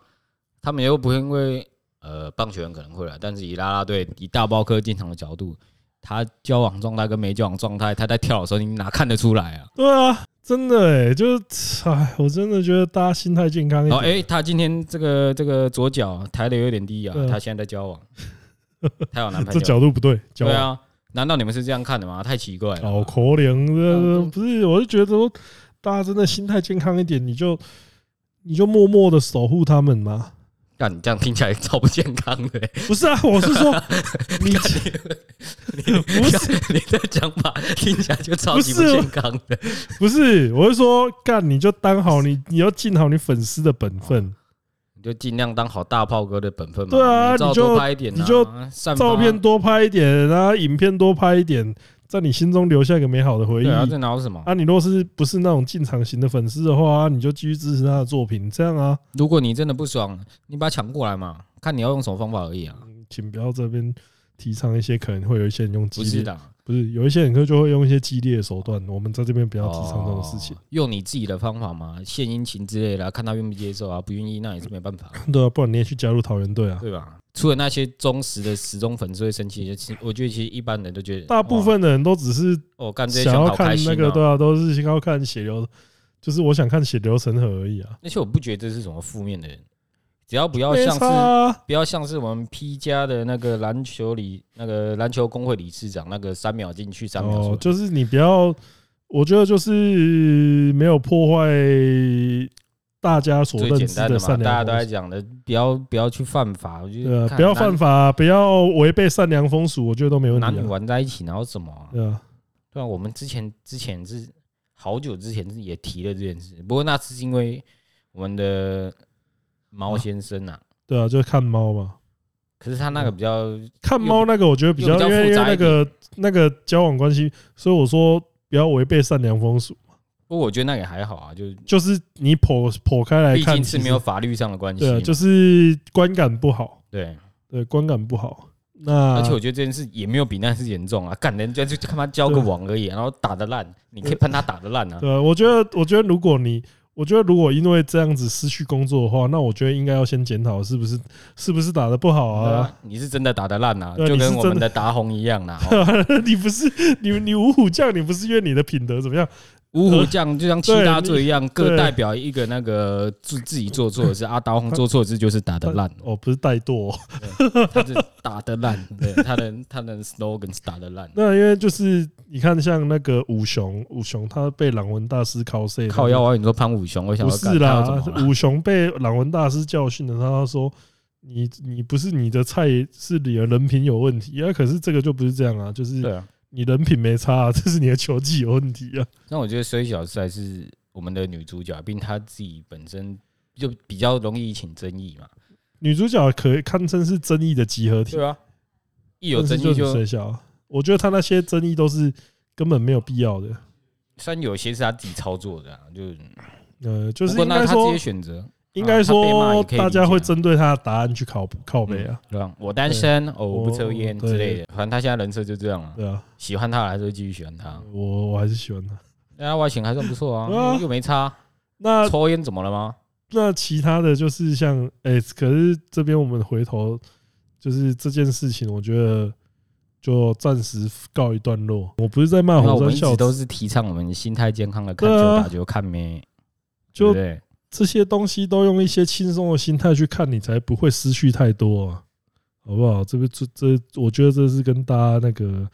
Speaker 2: 他们又不会因为呃棒球员可能会了，但是以啦啦队以大包哥进场的角度，他交往状态跟没交往状态，他在跳的时候你哪看得出
Speaker 1: <laughs>
Speaker 2: 来啊？
Speaker 1: 对啊，真的哎、就是哎，我真的觉得大家心态健康一
Speaker 2: 然后
Speaker 1: 点，
Speaker 2: 哎、诶他今天这个这个左脚抬的有点低啊
Speaker 1: 对，啊
Speaker 2: 他现在在交往，他有男朋
Speaker 1: <laughs> 这
Speaker 2: 友，
Speaker 1: 角度不对，交
Speaker 2: 对
Speaker 1: 往
Speaker 2: 啊，难道你们是这样看的吗？太奇怪了
Speaker 1: 好
Speaker 2: 吧， <laughs>
Speaker 1: 可怜，这
Speaker 2: 嗯
Speaker 1: 不是，我就觉得说大家真的心态健康一点，你就你就默默的守护他们嘛，
Speaker 2: 但你这样听起来超不健康的、
Speaker 1: 不是啊，我是
Speaker 2: <laughs>
Speaker 1: 说你 <laughs> 不是
Speaker 2: 你的讲法听起来就超级不
Speaker 1: 不是啊
Speaker 2: 健康的。
Speaker 1: 不是，我是说干你就当好你你要尽好你粉丝的本分，
Speaker 2: 你就尽量当好大炮哥的本分嘛，
Speaker 1: 对啊
Speaker 2: 你照
Speaker 1: 你就
Speaker 2: 多拍一点、啊，
Speaker 1: 你就
Speaker 2: 散发
Speaker 1: 照片多拍一点，然后影片多拍一点，在你心中留下一个美好的回忆
Speaker 2: 对。啊，这哪有什么？
Speaker 1: 啊，你若是不是那种进场型的粉丝的话、你就继续支持他的作品，这样啊，
Speaker 2: 如果你真的不爽，你把它抢过来嘛，看你要用什么方法而已啊。
Speaker 1: 嗯请不要这边提倡一些可能会有一些人用激
Speaker 2: 不是
Speaker 1: 烈，
Speaker 2: 的，
Speaker 1: 不是有一些人可能就会用一些激烈的手段，我们在这边不要提倡这种事情
Speaker 2: 哦。用你自己的方法嘛，献殷勤之类的啊，看他愿不接受啊，不愿意那也是
Speaker 1: <laughs>
Speaker 2: 没办法，
Speaker 1: 对啊，不然你也去加入桃园队啊。
Speaker 2: 对吧？除了那些忠实的死忠粉丝会生气，其实我觉得其实一般人都觉得，
Speaker 1: 大部分的人都只是
Speaker 2: 哇哦干这些
Speaker 1: 想
Speaker 2: 想
Speaker 1: 要
Speaker 2: 好
Speaker 1: 看
Speaker 2: 开心
Speaker 1: 那个，对
Speaker 2: 啊。
Speaker 1: 啊，都是想要看血流，就是我想看血流成河而已啊。
Speaker 2: 而且我不觉得这是什么负面的人，只要不要
Speaker 1: 没
Speaker 2: 像
Speaker 1: 差
Speaker 2: 是
Speaker 1: 啊，
Speaker 2: 不要像是我们 P 加的那个篮球理那个篮球工会理事长那个三秒进去三秒出
Speaker 1: 哦
Speaker 2: 来，，
Speaker 1: 就是你不要，我觉得就是没有破坏大家所
Speaker 2: 最
Speaker 1: 认
Speaker 2: 简
Speaker 1: 知
Speaker 2: 单的嘛，
Speaker 1: 善
Speaker 2: 大家
Speaker 1: 良
Speaker 2: 都在
Speaker 1: 风俗，
Speaker 2: 讲的，不要不要去犯法，我觉
Speaker 1: 对
Speaker 2: 得
Speaker 1: 啊，
Speaker 2: 看
Speaker 1: 不要
Speaker 2: 男
Speaker 1: 犯法，不要违背善良风俗，我觉得都没问题
Speaker 2: 男女
Speaker 1: 啊。
Speaker 2: 玩在一起，然后怎么、啊？
Speaker 1: 对啊，
Speaker 2: 对啊，我们之前之前是好久之前是也提了这件事，不过那是因为我们的猫先生啊，
Speaker 1: 对啊，就是看猫嘛，
Speaker 2: 可是他那个
Speaker 1: 嗯
Speaker 2: 比较
Speaker 1: 看猫那个我觉得比较，
Speaker 2: 又比
Speaker 1: 因
Speaker 2: 较
Speaker 1: 为因为
Speaker 2: 复杂
Speaker 1: 那
Speaker 2: 一点
Speaker 1: 个那个交往关系，所以我说不要违背善良风俗，
Speaker 2: 不过我觉得那个还好啊，就
Speaker 1: 就是你剖剖开来
Speaker 2: 毕
Speaker 1: 看，
Speaker 2: 竟
Speaker 1: 其
Speaker 2: 是
Speaker 1: 实
Speaker 2: 没有法律上的关系
Speaker 1: 对
Speaker 2: 嘛，
Speaker 1: 啊，就是啊观感不好，
Speaker 2: 对，
Speaker 1: 对，观感不好。那
Speaker 2: 而且我觉得这件事也没有比那件事严重啊，干人家就他妈交个网而已，啊然后打得烂，你可以喷他打得烂啊，
Speaker 1: 对，我觉得，我觉得如果你，我觉得如果因为这样子失去工作的话，那我觉得应该要先检讨是不是是不是打的不好
Speaker 2: 对
Speaker 1: 啊？
Speaker 2: 啊，你是真的打得烂啊，
Speaker 1: 对
Speaker 2: 就
Speaker 1: 你是
Speaker 2: 跟我们
Speaker 1: 真
Speaker 2: 的达宏一样
Speaker 1: <laughs>
Speaker 2: 啦、哦
Speaker 1: 你不是你你五虎将，你不是因为你的品德怎么样？
Speaker 2: 五虎将就像七大罪一样，
Speaker 1: 对
Speaker 2: 各代表一个那个自自己做错的事。阿达宏做错的事就是打得烂，
Speaker 1: 哦，不是怠惰哦、 <laughs>
Speaker 2: 他是打得烂，对，他的他的 slogan 是打得烂，
Speaker 1: 那因为就是你看，像那个五雄，五雄他被朗文大师 cos
Speaker 2: 靠腰啊！你说潘武雄，我想
Speaker 1: 不
Speaker 2: 要
Speaker 1: 是
Speaker 2: 干他有
Speaker 1: 啦
Speaker 2: 什么，啦？啊
Speaker 1: 五雄被朗文大师教训了，他说。你你不是你的菜，是你的人品有问题啊！可是这个就不是这样啊，就是
Speaker 2: 对啊，
Speaker 1: 你人品没差、啊， <laughs> 这是你的球技有问题啊。
Speaker 2: 但我觉得虽小是还是我们的女主角，并她自己本身就比较容易引起争议嘛，
Speaker 1: 女主角可堪称是争议的集合体，
Speaker 2: 对啊，一有争
Speaker 1: 但
Speaker 2: 议
Speaker 1: 是就
Speaker 2: 就
Speaker 1: 很水小。我觉得她那些争议都是根本没有必要的。
Speaker 2: 虽然有些是她自己操作的，啊，就
Speaker 1: 呃，就
Speaker 2: 不
Speaker 1: 是
Speaker 2: 过
Speaker 1: 应
Speaker 2: 那
Speaker 1: 该
Speaker 2: 是她自
Speaker 1: 说
Speaker 2: 己，选择，
Speaker 1: 应该
Speaker 2: 啊她被骂
Speaker 1: 说
Speaker 2: 也可以理解啊
Speaker 1: 大家会针对她的答案去靠靠背啊，
Speaker 2: 对吧？我单身，哦，我不抽烟
Speaker 1: 对
Speaker 2: 之类的，反正她现在人设就这样了。
Speaker 1: 对啊，
Speaker 2: 喜欢他还是会继续喜欢他。
Speaker 1: 我我还是喜欢她。
Speaker 2: 那外形还算不错
Speaker 1: 对啊
Speaker 2: 啊，又没差。
Speaker 1: 那
Speaker 2: 抽烟怎么了吗？
Speaker 1: 那其他的就是像，哎，可是这边我们回头就是这件事情，我觉得就暂时告一段落。啊我不是在骂
Speaker 2: 那
Speaker 1: 火
Speaker 2: 我
Speaker 1: 山
Speaker 2: 们一
Speaker 1: 孝
Speaker 2: 直
Speaker 1: 子
Speaker 2: 都，是提倡我们心态健康的看
Speaker 1: 对
Speaker 2: 球
Speaker 1: 啊
Speaker 2: 打球看咩，对
Speaker 1: 就
Speaker 2: 不对？
Speaker 1: 这些东西都用一些轻松的心态去看，你才不会失去太多啊，好不好？这个这这，我觉得这是跟大家那个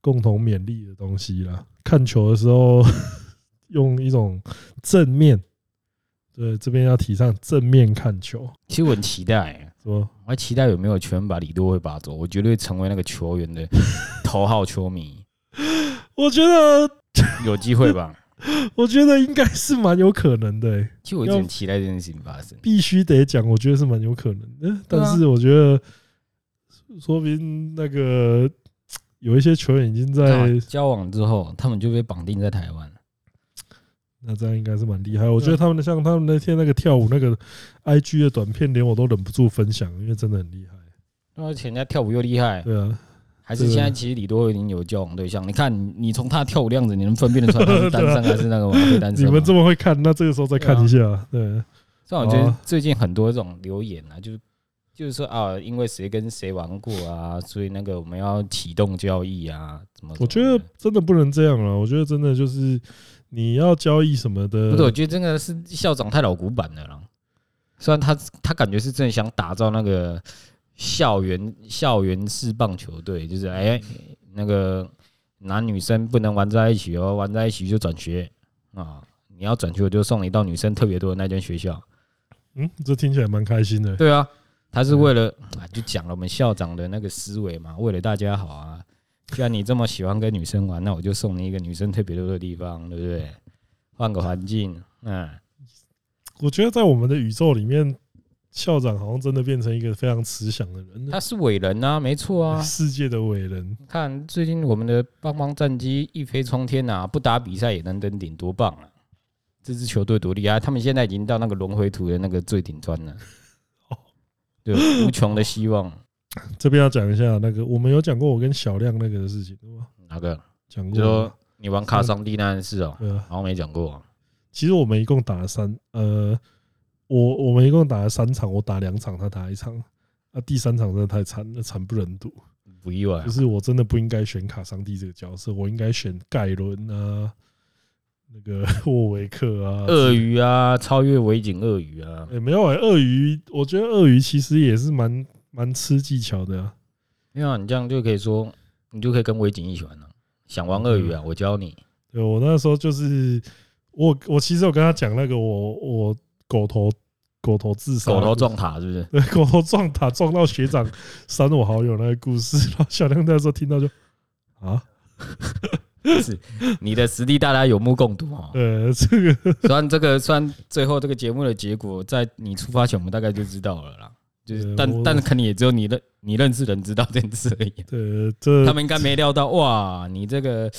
Speaker 1: 共同勉励的东西啦。看球的时候， <laughs> 用一种正面，对，这边要提倡正面看球，
Speaker 2: 其实我很期待，
Speaker 1: 是吧？
Speaker 2: 我还期待有没有全把李多会拔走，我绝对成为那个球
Speaker 1: <laughs>
Speaker 2: 员的头号球迷，
Speaker 1: 我觉得，
Speaker 2: 有机会吧？
Speaker 1: 我觉得应该是蛮有可能的、欸
Speaker 2: 其实我一直很期待这件事情
Speaker 1: <laughs>
Speaker 2: 发生。
Speaker 1: 必须得讲，我觉得是蛮有可能的。但是我觉得，说不定那个有一些球员已经在
Speaker 2: 那交往之后，他们就被绑定在台湾了。
Speaker 1: 那这样应该是蛮厉害。我觉得他们的像他们那天那个跳舞那个 I G 的短片，连我都忍不住分享，因为真的很厉害。
Speaker 2: 而且人家跳舞又厉害，
Speaker 1: 对啊，
Speaker 2: 还是现在其实李多已经有交往对象。你看，你从他跳舞的样子，你能分辨得出来他
Speaker 1: <laughs>
Speaker 2: 是单身还是那个吗？非单
Speaker 1: 啊你
Speaker 2: 身吗？
Speaker 1: 们这么会看，那这个时候再看一
Speaker 2: 啊
Speaker 1: 下。对，
Speaker 2: 虽然我觉
Speaker 1: 好
Speaker 2: 得
Speaker 1: 啊
Speaker 2: 最近很多这种留言啊，就是就是说啊，因为谁跟谁玩过啊，所以那个我们要启动交易啊，怎么？
Speaker 1: 我觉得真的不能这样了。我觉得真的就是你要交易什么
Speaker 2: 不是，我
Speaker 1: 的，
Speaker 2: 觉得真的是校长太老古板了啦。虽然他他感觉是真的想打造那个校园校园式棒球队，就是哎、那个男女生不能玩在一起哦，玩在一起就转学啊。你要转学，我就送你到女生特别多的那间学校。
Speaker 1: 嗯，这听起来蛮开心的。
Speaker 2: 对啊，他是为了啊，就讲了我们校长的那个思维嘛，为了大家好啊。既然你这么喜欢跟女生玩，那我就送你一个女生特别多的地方，对不对？换个环境，嗯，
Speaker 1: 我觉得在我们的宇宙里面，校长好像真的变成一个非常慈祥的人了，
Speaker 2: 他是伟人啊，没错啊。
Speaker 1: 世界的伟人。
Speaker 2: 看最近我们的邦邦战机一飞冲天啊，不打比赛也能登顶，多棒啊！这支球队多厉害，他们现在已经到那个轮回图的那个最顶端了
Speaker 1: 哦，
Speaker 2: 对，无穷的希望。
Speaker 1: 这边要讲一下那个，我们有讲过我跟小亮那个的事情，对吧？
Speaker 2: 哪个？
Speaker 1: 讲
Speaker 2: 你
Speaker 1: 过
Speaker 2: 说
Speaker 1: 吗，
Speaker 2: 你玩卡桑蒂那件事哦，
Speaker 1: 呃，
Speaker 2: 好像没讲过啊。
Speaker 1: 其实我们一共打了三，呃，我我们一共打了三场，我打两场，他打一场，啊，第三场真的太惨了，惨不忍睹。
Speaker 2: 不意外啊
Speaker 1: 就，是我真的不应该选卡桑蒂这个角色，我应该选盖伦啊，那个 <laughs> 沃维克啊。
Speaker 2: 鳄鱼啊，超越维景鳄鱼啊，
Speaker 1: 也、没有哎、鳄鱼，我觉得鳄鱼其实也是蛮蛮吃技巧的、啊。
Speaker 2: 没有啊，你这样就可以说，你就可以跟维景一起玩了。想玩鳄鱼
Speaker 1: 嗯
Speaker 2: 啊，我教你。
Speaker 1: 对我那时候就是我我其实有跟他讲那个我我狗头狗头自杀
Speaker 2: 狗头撞塔是不是？
Speaker 1: 对， <laughs> 狗头撞塔撞到学长删我好友那个故事，然后小亮那时候听到就啊，
Speaker 2: 你的实力大家有目共睹哦。
Speaker 1: 呃，这个
Speaker 2: 虽然这个，虽然最后这个节目的结果，在你出发前我们大概就知道了啦。就是
Speaker 1: 对，
Speaker 2: 但
Speaker 1: 我
Speaker 2: 但肯定也只有你认你认识的人知道这件事而已。啊
Speaker 1: 呃这
Speaker 2: 他们应该没料到，哇，你这个，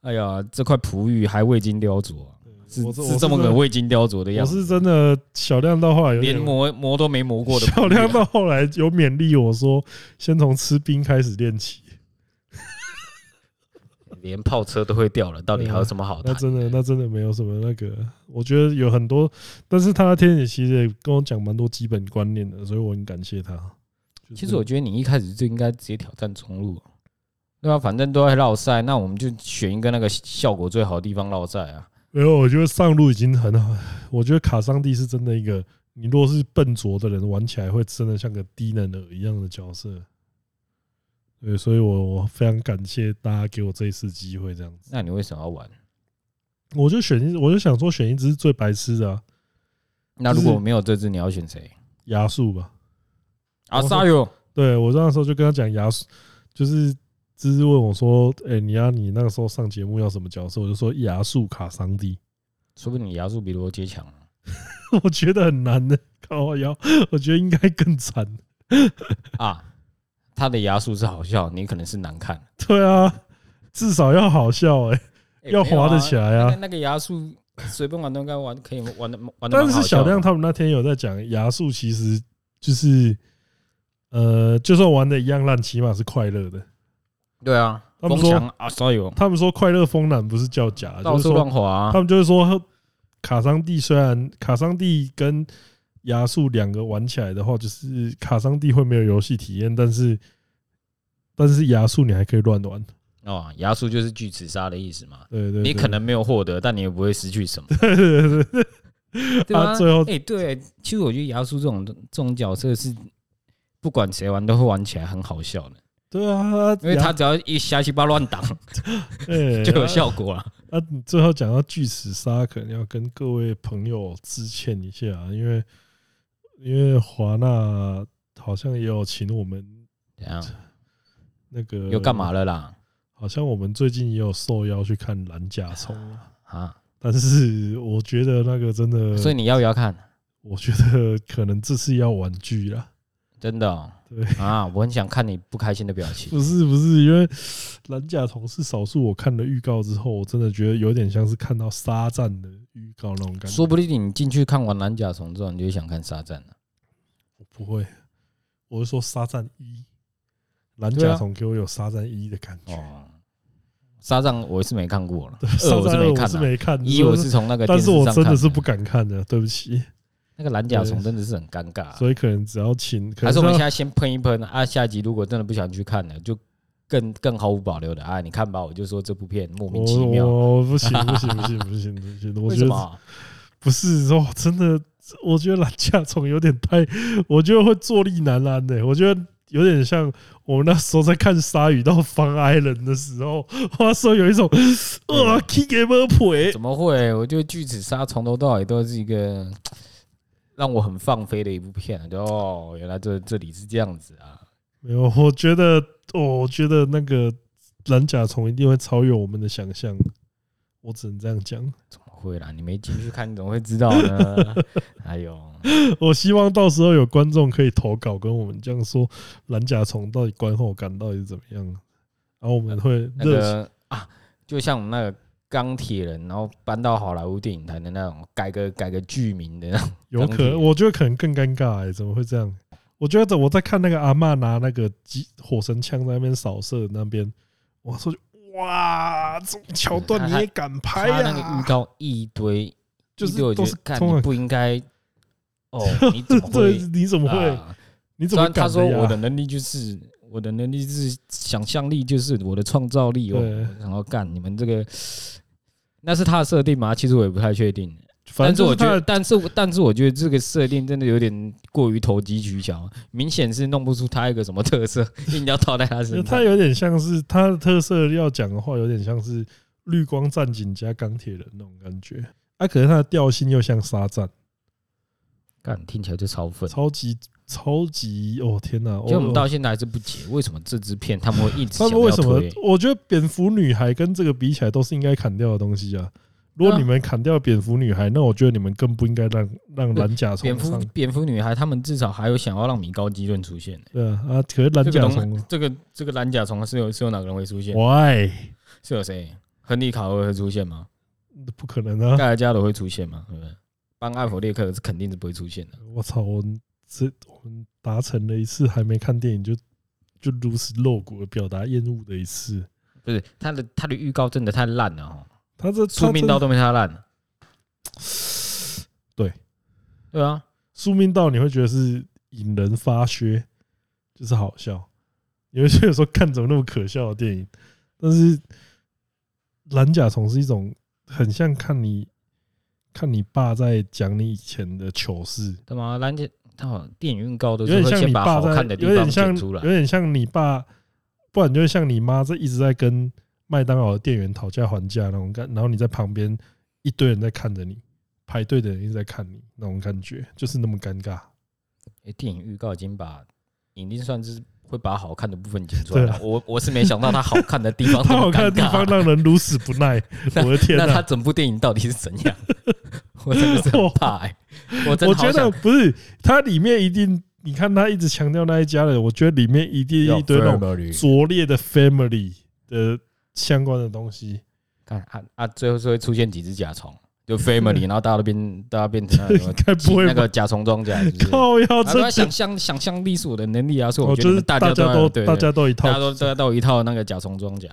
Speaker 2: 哎呀，这块璞玉还未经雕琢啊、是
Speaker 1: 我
Speaker 2: 是这么个
Speaker 1: 个，
Speaker 2: 未经雕琢的
Speaker 1: 我
Speaker 2: 样子，
Speaker 1: 是真的小亮到后来有
Speaker 2: 连
Speaker 1: 点
Speaker 2: 磨磨都没磨过的璞
Speaker 1: 小
Speaker 2: 玉啊。
Speaker 1: 亮到后来有勉励我说，先从吃冰开始练起。
Speaker 2: 连炮车都会掉了，到底还有什么好
Speaker 1: 啊那
Speaker 2: 谈？
Speaker 1: 真的，那真的没有什么那个，我觉得有很多，但是他天野其实也跟我讲蛮多基本观念的，所以我很感谢他。就是
Speaker 2: 其实我觉得你一开始就应该直接挑战中路，对吧、反正都在绕赛，那我们就选一个那个效果最好的地方绕赛啊。
Speaker 1: 没有，我觉得上路已经很好，我觉得卡桑蒂是真的一个，你如果是笨拙的人，玩起来会真的像个低能儿一样的角色。对，所以我我非常感谢大家给我这一次机会，这样子，
Speaker 2: 那你为什么要玩？
Speaker 1: 我就选一，我就想说选一只最白痴的、啊、
Speaker 2: 那
Speaker 1: 就
Speaker 2: 如
Speaker 1: 是
Speaker 2: 果没有这只，你要选谁？
Speaker 1: 亚树吧。啊
Speaker 2: 阿萨哟，
Speaker 1: 对我那时候就跟他讲牙叔，就是芝芝问我说：“哎、你要、你那个时候上节目要什么角色？”我就说牙术卡桑蒂， <laughs>
Speaker 2: 说不定你牙术比罗杰强啊。
Speaker 1: 我觉得很难的，靠腰，我觉得应该更惨。
Speaker 2: 啊他的牙术是好笑，你可能是难看，
Speaker 1: 对啊，至少要好笑哎、
Speaker 2: 欸
Speaker 1: <laughs> 要滑得起
Speaker 2: 没有啊
Speaker 1: 来
Speaker 2: 那个
Speaker 1: 啊。
Speaker 2: 那个牙术随便玩都应该玩，可以玩的玩的。
Speaker 1: 但是小亮他们那天有在讲牙术，其实就是呃，就算玩的一样烂，起码是快乐的。
Speaker 2: 对啊，
Speaker 1: 他们
Speaker 2: 风
Speaker 1: 说
Speaker 2: 强阿萨哟，
Speaker 1: 他们说快乐风男不是叫假，就
Speaker 2: 到
Speaker 1: 是
Speaker 2: 处
Speaker 1: 说
Speaker 2: 乱滑啊
Speaker 1: 他。们就是说，卡桑蒂虽然卡桑蒂跟亚速两个玩起来的话，就是卡桑蒂会没有游戏体验，但是但是亚速你还可以乱玩，
Speaker 2: 哦，牙术就是锯齿鲨的意思嘛。
Speaker 1: 对对对
Speaker 2: 你可能没有获得，但你也不会失去什么，
Speaker 1: <laughs> 对对对
Speaker 2: 对吧？
Speaker 1: 啊最后
Speaker 2: 哎、对，其实我觉得牙叔这种这种角色是不管谁玩都会玩起来很好笑的，
Speaker 1: 对啊，
Speaker 2: 因为他只要一瞎鸡巴乱挡
Speaker 1: 哎
Speaker 2: 就有效果了。
Speaker 1: 啊，你最后讲到巨齿鲨，可能要跟各位朋友致歉一下，因为因为华纳好像也有请我们
Speaker 2: 怎样？
Speaker 1: 那个
Speaker 2: 又干嘛？了啦？
Speaker 1: 好像我们最近也有受邀去看蓝甲虫啊。
Speaker 2: 啊，
Speaker 1: 但是我觉得那个真的，
Speaker 2: 所以你要不要看？
Speaker 1: 我觉得可能这次要玩具啦。
Speaker 2: 真的、哦？
Speaker 1: 对
Speaker 2: 啊，我很想看你不开心的表情。
Speaker 1: 不是不是，因为蓝甲虫是少数我看了预告之后，我真的觉得有点像是看到沙赞的预告那种感觉。
Speaker 2: 说不定你进去看完蓝甲虫之后，你就会想看沙赞了。
Speaker 1: 我不会，我是说沙赞一，蓝
Speaker 2: 对啊
Speaker 1: 甲虫给我有沙赞一的感觉。
Speaker 2: 哦，沙赞我是没看过了，二
Speaker 1: 沙
Speaker 2: 我
Speaker 1: 赞
Speaker 2: 是
Speaker 1: 二
Speaker 2: 没
Speaker 1: 我
Speaker 2: 看
Speaker 1: 是
Speaker 2: 啦，
Speaker 1: 没看，
Speaker 2: 一我是从那个
Speaker 1: 但
Speaker 2: 电视
Speaker 1: 是
Speaker 2: 上
Speaker 1: 我
Speaker 2: 看，
Speaker 1: 真的是不敢看的，对不起。
Speaker 2: 那个蓝甲虫真的是很尴尬啊。
Speaker 1: 所以可能只要请，可
Speaker 2: 还
Speaker 1: 能
Speaker 2: 是我们
Speaker 1: 要
Speaker 2: 现在先喷一喷啊，下集如果真的不想去看了，就更更毫无保留的啊，你看吧，我就说这部片莫名其妙，
Speaker 1: 我我不行不行不行不行不行，我觉
Speaker 2: 为什
Speaker 1: 得
Speaker 2: 么？啊
Speaker 1: 不是说真的，我觉得懒甲虫有点太，我觉得会坐立难安的、我觉得有点像我们那时候在看《鲨鱼到方埃人》的时候，那时候有一种啊，K
Speaker 2: 嗯
Speaker 1: game 赔
Speaker 2: <laughs> 怎么会？我觉得《巨齿鲨》从头到尾都是一
Speaker 1: <laughs>
Speaker 2: 个让我很放飞的一部片啊，就哦，原来这这里是这样子啊，
Speaker 1: 没有，我觉得，哦我觉得那个蓝甲虫一定会超越我们的想象，我只能这样讲。 <laughs>
Speaker 2: 怎么会啦，你没进去看，你怎么会知道呢？哎呦，
Speaker 1: 我希望到时候有观众可以投稿跟我们这样说，蓝甲虫到底观后感到底是怎么样，然后我们会
Speaker 2: 那
Speaker 1: 热情
Speaker 2: 个啊，就像我们那个钢铁人，然后搬到好莱坞电影台的那种，改个改个剧名的那种，
Speaker 1: 有可
Speaker 2: 钢铁
Speaker 1: 能，我觉得可能更尴尬哎、怎么会这样？我觉得我在看那个阿嬷拿那个机火神枪在那边扫射那边，我说哇，这种桥段你也敢
Speaker 2: 他
Speaker 1: 拍哎啊呀、
Speaker 2: 那个预告一堆，
Speaker 1: 就是
Speaker 2: 一堆我
Speaker 1: 都
Speaker 2: 觉
Speaker 1: 是
Speaker 2: 得干
Speaker 1: 通
Speaker 2: 你
Speaker 1: 常
Speaker 2: 不应该哦，你怎么
Speaker 1: <laughs> 对
Speaker 2: 会，？
Speaker 1: 你怎么会？
Speaker 2: 啊
Speaker 1: 你怎
Speaker 2: 虽
Speaker 1: 么
Speaker 2: 然
Speaker 1: 敢
Speaker 2: 他说
Speaker 1: 呀
Speaker 2: 我的能力就是我的能力是想象力，就是我的创造力哦。
Speaker 1: 对
Speaker 2: 我想要干你们这个，那是他的设定吗？其实我也不太确定。
Speaker 1: 反
Speaker 2: 但
Speaker 1: 正
Speaker 2: 是
Speaker 1: 就
Speaker 2: 我
Speaker 1: 是
Speaker 2: 觉
Speaker 1: 他
Speaker 2: 得，
Speaker 1: 的
Speaker 2: 但是我但是我觉得这个设定真的有点过于投机取巧，啊明显是弄不出他一个什么特色， <laughs> 硬要套在他身
Speaker 1: 他
Speaker 2: 上。
Speaker 1: 有点像是他的特色要讲的话，有点像是绿光战警加钢铁人那种感觉。啊，可是他的调性又像沙赞，
Speaker 2: 干听起来就超粉。
Speaker 1: 超级超级哦天哪！
Speaker 2: 就我们
Speaker 1: 哦
Speaker 2: 到现在还是不解，为什么这支片他们会一直
Speaker 1: 他
Speaker 2: 想
Speaker 1: 们
Speaker 2: 要
Speaker 1: 为什么
Speaker 2: 推？？
Speaker 1: 我觉得蝙蝠女孩跟这个比起来，都是应该砍掉的东西啊。如果
Speaker 2: 对啊
Speaker 1: 你们砍掉蝙蝠女孩，那我觉得你们更不应该让让蓝甲
Speaker 2: 蝙
Speaker 1: 虫
Speaker 2: 蝠
Speaker 1: 上。
Speaker 2: 蝙蝠女孩，他们至少还有想要让米高基顿出现。
Speaker 1: 对啊，啊可是蓝
Speaker 2: 这个
Speaker 1: 甲
Speaker 2: 东
Speaker 1: 虫
Speaker 2: 这个这个蓝甲虫是有是有哪个人会出现？
Speaker 1: ，why
Speaker 2: 是有谁？亨利卡尔会出现吗？
Speaker 1: 不可能啊！
Speaker 2: 盖尔加朵会出现吗？对不对？班艾弗列克是肯定是不会出现的。
Speaker 1: 我操，我们这我们达成了一次还没看电影就就如此露骨的表达厌恶的一次。
Speaker 2: 不是他的他的预告真的太烂了哦，
Speaker 1: 他这
Speaker 2: 宿命道
Speaker 1: 的
Speaker 2: 都没他烂。
Speaker 1: 对
Speaker 2: 对啊，
Speaker 1: 宿命道，你会觉得是引人发噱，就是好笑。你会觉得说看怎么那么可笑的电影，但是蓝甲虫是一种很像看你看你爸在讲你以前的糗事，
Speaker 2: 他妈蓝甲，他好像电影预告都
Speaker 1: 有
Speaker 2: 是
Speaker 1: 点
Speaker 2: 会
Speaker 1: 像
Speaker 2: 先
Speaker 1: 你
Speaker 2: 把
Speaker 1: 爸
Speaker 2: 好
Speaker 1: 在，
Speaker 2: 看的地
Speaker 1: 有
Speaker 2: 方
Speaker 1: 点像
Speaker 2: 剪出来
Speaker 1: 有。点像你爸，不然就是像你妈在一直在跟麦当劳的店员讨价还价那种感，然后你在旁边一堆人在看着你，排队的人一直在看你那种感觉，就是那么尴尬。
Speaker 2: 诶电影预告已经把已经算是会把好看的部分剪出来
Speaker 1: 对
Speaker 2: 了
Speaker 1: 啊。
Speaker 2: 我我是没想到他好看的地
Speaker 1: <laughs>
Speaker 2: 方这
Speaker 1: 他
Speaker 2: 哦么
Speaker 1: 好看
Speaker 2: 尴
Speaker 1: 的地方
Speaker 2: 尬。
Speaker 1: 让人如此不
Speaker 2: <laughs>
Speaker 1: 耐，我的天
Speaker 2: 那
Speaker 1: 哪、
Speaker 2: 他整部电影到底是怎样？ <laughs> 我真的是很怕哎、我真
Speaker 1: 我
Speaker 2: 的好
Speaker 1: 觉
Speaker 2: 想
Speaker 1: 得不是，它里面一定，你看他一直强调那一家人，我觉得里面一定一堆那种拙劣的 family 的相关的东西。
Speaker 2: 看啊啊，最后是会出现几只甲虫，
Speaker 1: <laughs>
Speaker 2: 就 family，然后大家都变，大家变成那
Speaker 1: 应
Speaker 2: 个
Speaker 1: 该 <laughs> 不会
Speaker 2: 那
Speaker 1: 吧
Speaker 2: 个甲虫装甲，就是啊
Speaker 1: 靠要
Speaker 2: 大家
Speaker 1: 这
Speaker 2: 想象想象力是我的能力啊，所以我
Speaker 1: 哦，
Speaker 2: 觉得
Speaker 1: 就
Speaker 2: 你
Speaker 1: 是
Speaker 2: 们大
Speaker 1: 家
Speaker 2: 家要
Speaker 1: 都
Speaker 2: 对
Speaker 1: 大家都一套
Speaker 2: 大家，都大家都有一套那个甲虫装甲，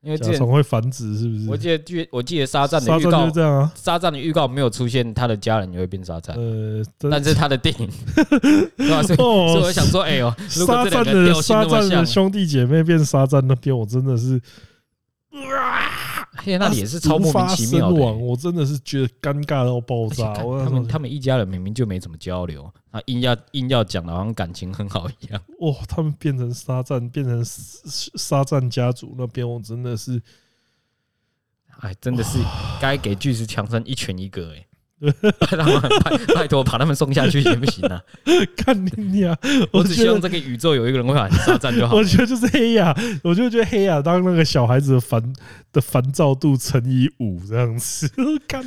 Speaker 2: 因为之
Speaker 1: 甲
Speaker 2: 前
Speaker 1: 虫会繁殖是不是？
Speaker 2: 我记得记我记得沙赞
Speaker 1: 沙赞
Speaker 2: 的预
Speaker 1: 就是
Speaker 2: 告，
Speaker 1: 这样啊。
Speaker 2: 沙赞的预告没有出现他的家人也会变沙赞。
Speaker 1: 呃，真
Speaker 2: 但是他的电影，对啊吧？所
Speaker 1: <laughs>
Speaker 2: 以
Speaker 1: 哦
Speaker 2: 所以我想说，哎呦，如果
Speaker 1: 沙
Speaker 2: 这两
Speaker 1: 赞
Speaker 2: 个
Speaker 1: 的
Speaker 2: 调性
Speaker 1: 沙
Speaker 2: 那么
Speaker 1: 赞
Speaker 2: 像
Speaker 1: 的，兄弟姐妹变沙赞那边，我真的是
Speaker 2: 嘿，哎那里也是超莫
Speaker 1: 啊无
Speaker 2: 名
Speaker 1: 法
Speaker 2: 其
Speaker 1: 身
Speaker 2: 妙的欸
Speaker 1: 亡，。我真的是觉得尴尬到爆
Speaker 2: 而且
Speaker 1: 炸。
Speaker 2: 看
Speaker 1: 啊我
Speaker 2: 他们他们一家人明明就没怎么交流，啊，硬要硬要讲的好像感情很好一样。 <laughs>
Speaker 1: 哇，他们变成沙赞，变成沙沙赞家族那边，我真的是 <laughs>
Speaker 2: 哎，真的是该给巨石强森一拳一个 <laughs> 哎、拜他们拜拜托，把他们送下去行不
Speaker 1: <laughs>
Speaker 2: 行啊？
Speaker 1: 看你娘！
Speaker 2: 我只
Speaker 1: 觉
Speaker 2: 希望
Speaker 1: 得，
Speaker 2: 这个宇宙有一个人会喊沙赞就
Speaker 1: <laughs>
Speaker 2: 好
Speaker 1: 我
Speaker 2: 了。
Speaker 1: 觉得就是黑呀，我就觉得黑呀，当那个小孩子的烦的烦躁度乘以五这样子， <laughs> 干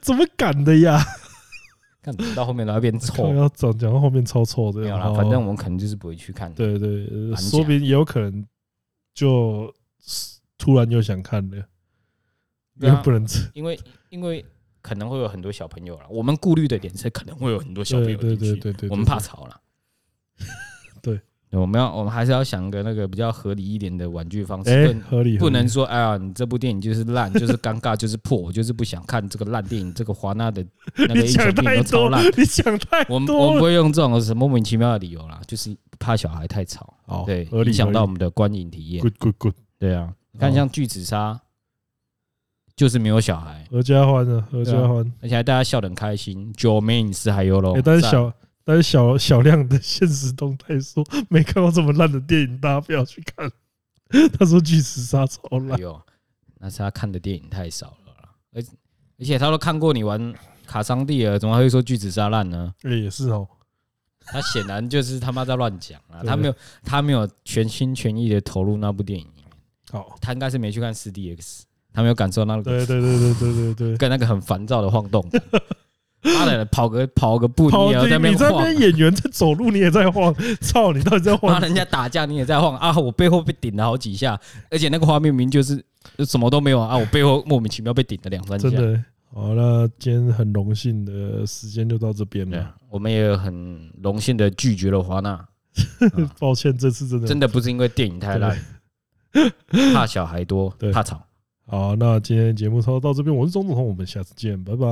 Speaker 1: 怎么敢的呀？
Speaker 2: <laughs> 看到后面都要变
Speaker 1: <laughs> 靠
Speaker 2: 臭，
Speaker 1: 要讲讲到后面超错的，
Speaker 2: 没有啦，
Speaker 1: 好
Speaker 2: 反正我们可能就是不会去看。
Speaker 1: 对对，呃
Speaker 2: 反
Speaker 1: 说不定也有可能就突然又想看了，因
Speaker 2: 对啊
Speaker 1: 为不能吃。
Speaker 2: 因为因为可能会有很多小朋友啦，我们顾虑的点是可能会有很多小朋
Speaker 1: 对
Speaker 2: 友
Speaker 1: 对
Speaker 2: 进
Speaker 1: 对
Speaker 2: 去，
Speaker 1: 对对，
Speaker 2: 我们怕吵了。 <laughs>
Speaker 1: 对，
Speaker 2: 我们要我们还是要想个那个比较合理一点的玩具方式，
Speaker 1: 哎，
Speaker 2: 更
Speaker 1: 合理合
Speaker 2: 不
Speaker 1: 理
Speaker 2: 能说哎呀，你这部电影就是烂，就是尴尬，就是破，我就是不想看这个烂电影，这个华
Speaker 1: <laughs>
Speaker 2: 纳的那个
Speaker 1: 你
Speaker 2: 一全
Speaker 1: 讲
Speaker 2: 电影
Speaker 1: 太
Speaker 2: 都超
Speaker 1: 多
Speaker 2: 烂。，
Speaker 1: 你讲太
Speaker 2: 我们我
Speaker 1: 多
Speaker 2: 们
Speaker 1: 了
Speaker 2: 不。会用这种什么莫名其妙的理由啦，就是怕小孩太吵，
Speaker 1: 好
Speaker 2: 对，
Speaker 1: 哦合理
Speaker 2: 影响到我
Speaker 1: 合
Speaker 2: 们的观影体
Speaker 1: 理
Speaker 2: 验。
Speaker 1: good good good。
Speaker 2: 对啊，你看
Speaker 1: 哦
Speaker 2: 像巨齿鲨，就是没有小孩，
Speaker 1: 合家欢啊，合家欢。
Speaker 2: 而且还大家笑得很开心。九妹你是还有喽
Speaker 1: 哎，，但是
Speaker 2: 哦赞
Speaker 1: 小但是小小亮的现实动态说 <laughs> 没看过这么烂的电影，大家不要去看。 <laughs> 他说巨石沙超
Speaker 2: 哎 <laughs>
Speaker 1: 烂，
Speaker 2: 呦，那是他看的电影太少了啦，而而且他都看过你玩卡桑蒂尔，怎么还会说巨齿鲨烂呢？
Speaker 1: 哎也是哦，
Speaker 2: 他显然就是他妈在乱讲啊！
Speaker 1: 对
Speaker 2: 他没有，他没有全心全意的投入那部电影，
Speaker 1: 好
Speaker 2: 他应该是没去看四 D X，他没有感受那个
Speaker 1: 对对对对对对对。
Speaker 2: 跟那个很烦躁的晃动感。妈的，跑个跑个步，
Speaker 1: 跑
Speaker 2: <laughs> 你也要在那
Speaker 1: 你
Speaker 2: 边
Speaker 1: 你在那
Speaker 2: 晃。
Speaker 1: 边演员在走路，你也在晃， <laughs> 操！你到底
Speaker 2: <laughs>
Speaker 1: 在
Speaker 2: 然后
Speaker 1: 晃？
Speaker 2: 人家打架，你也在晃啊！我背后被顶了好几下，而且那个画面明明就是什么都没有啊！我背后莫名其妙被顶了两三下
Speaker 1: 真。的。好，那今天很荣幸的时间就到这边
Speaker 2: 对啊
Speaker 1: 了。，
Speaker 2: 我们也很荣幸的拒绝了华纳，
Speaker 1: 抱歉，这次真的
Speaker 2: 真的不是因为电影太烂，
Speaker 1: <laughs>
Speaker 2: 怕小孩多
Speaker 1: 对，
Speaker 2: 怕吵。
Speaker 1: 好，那今天节目差不多到这边，我是钟总统，我们下次见，拜拜。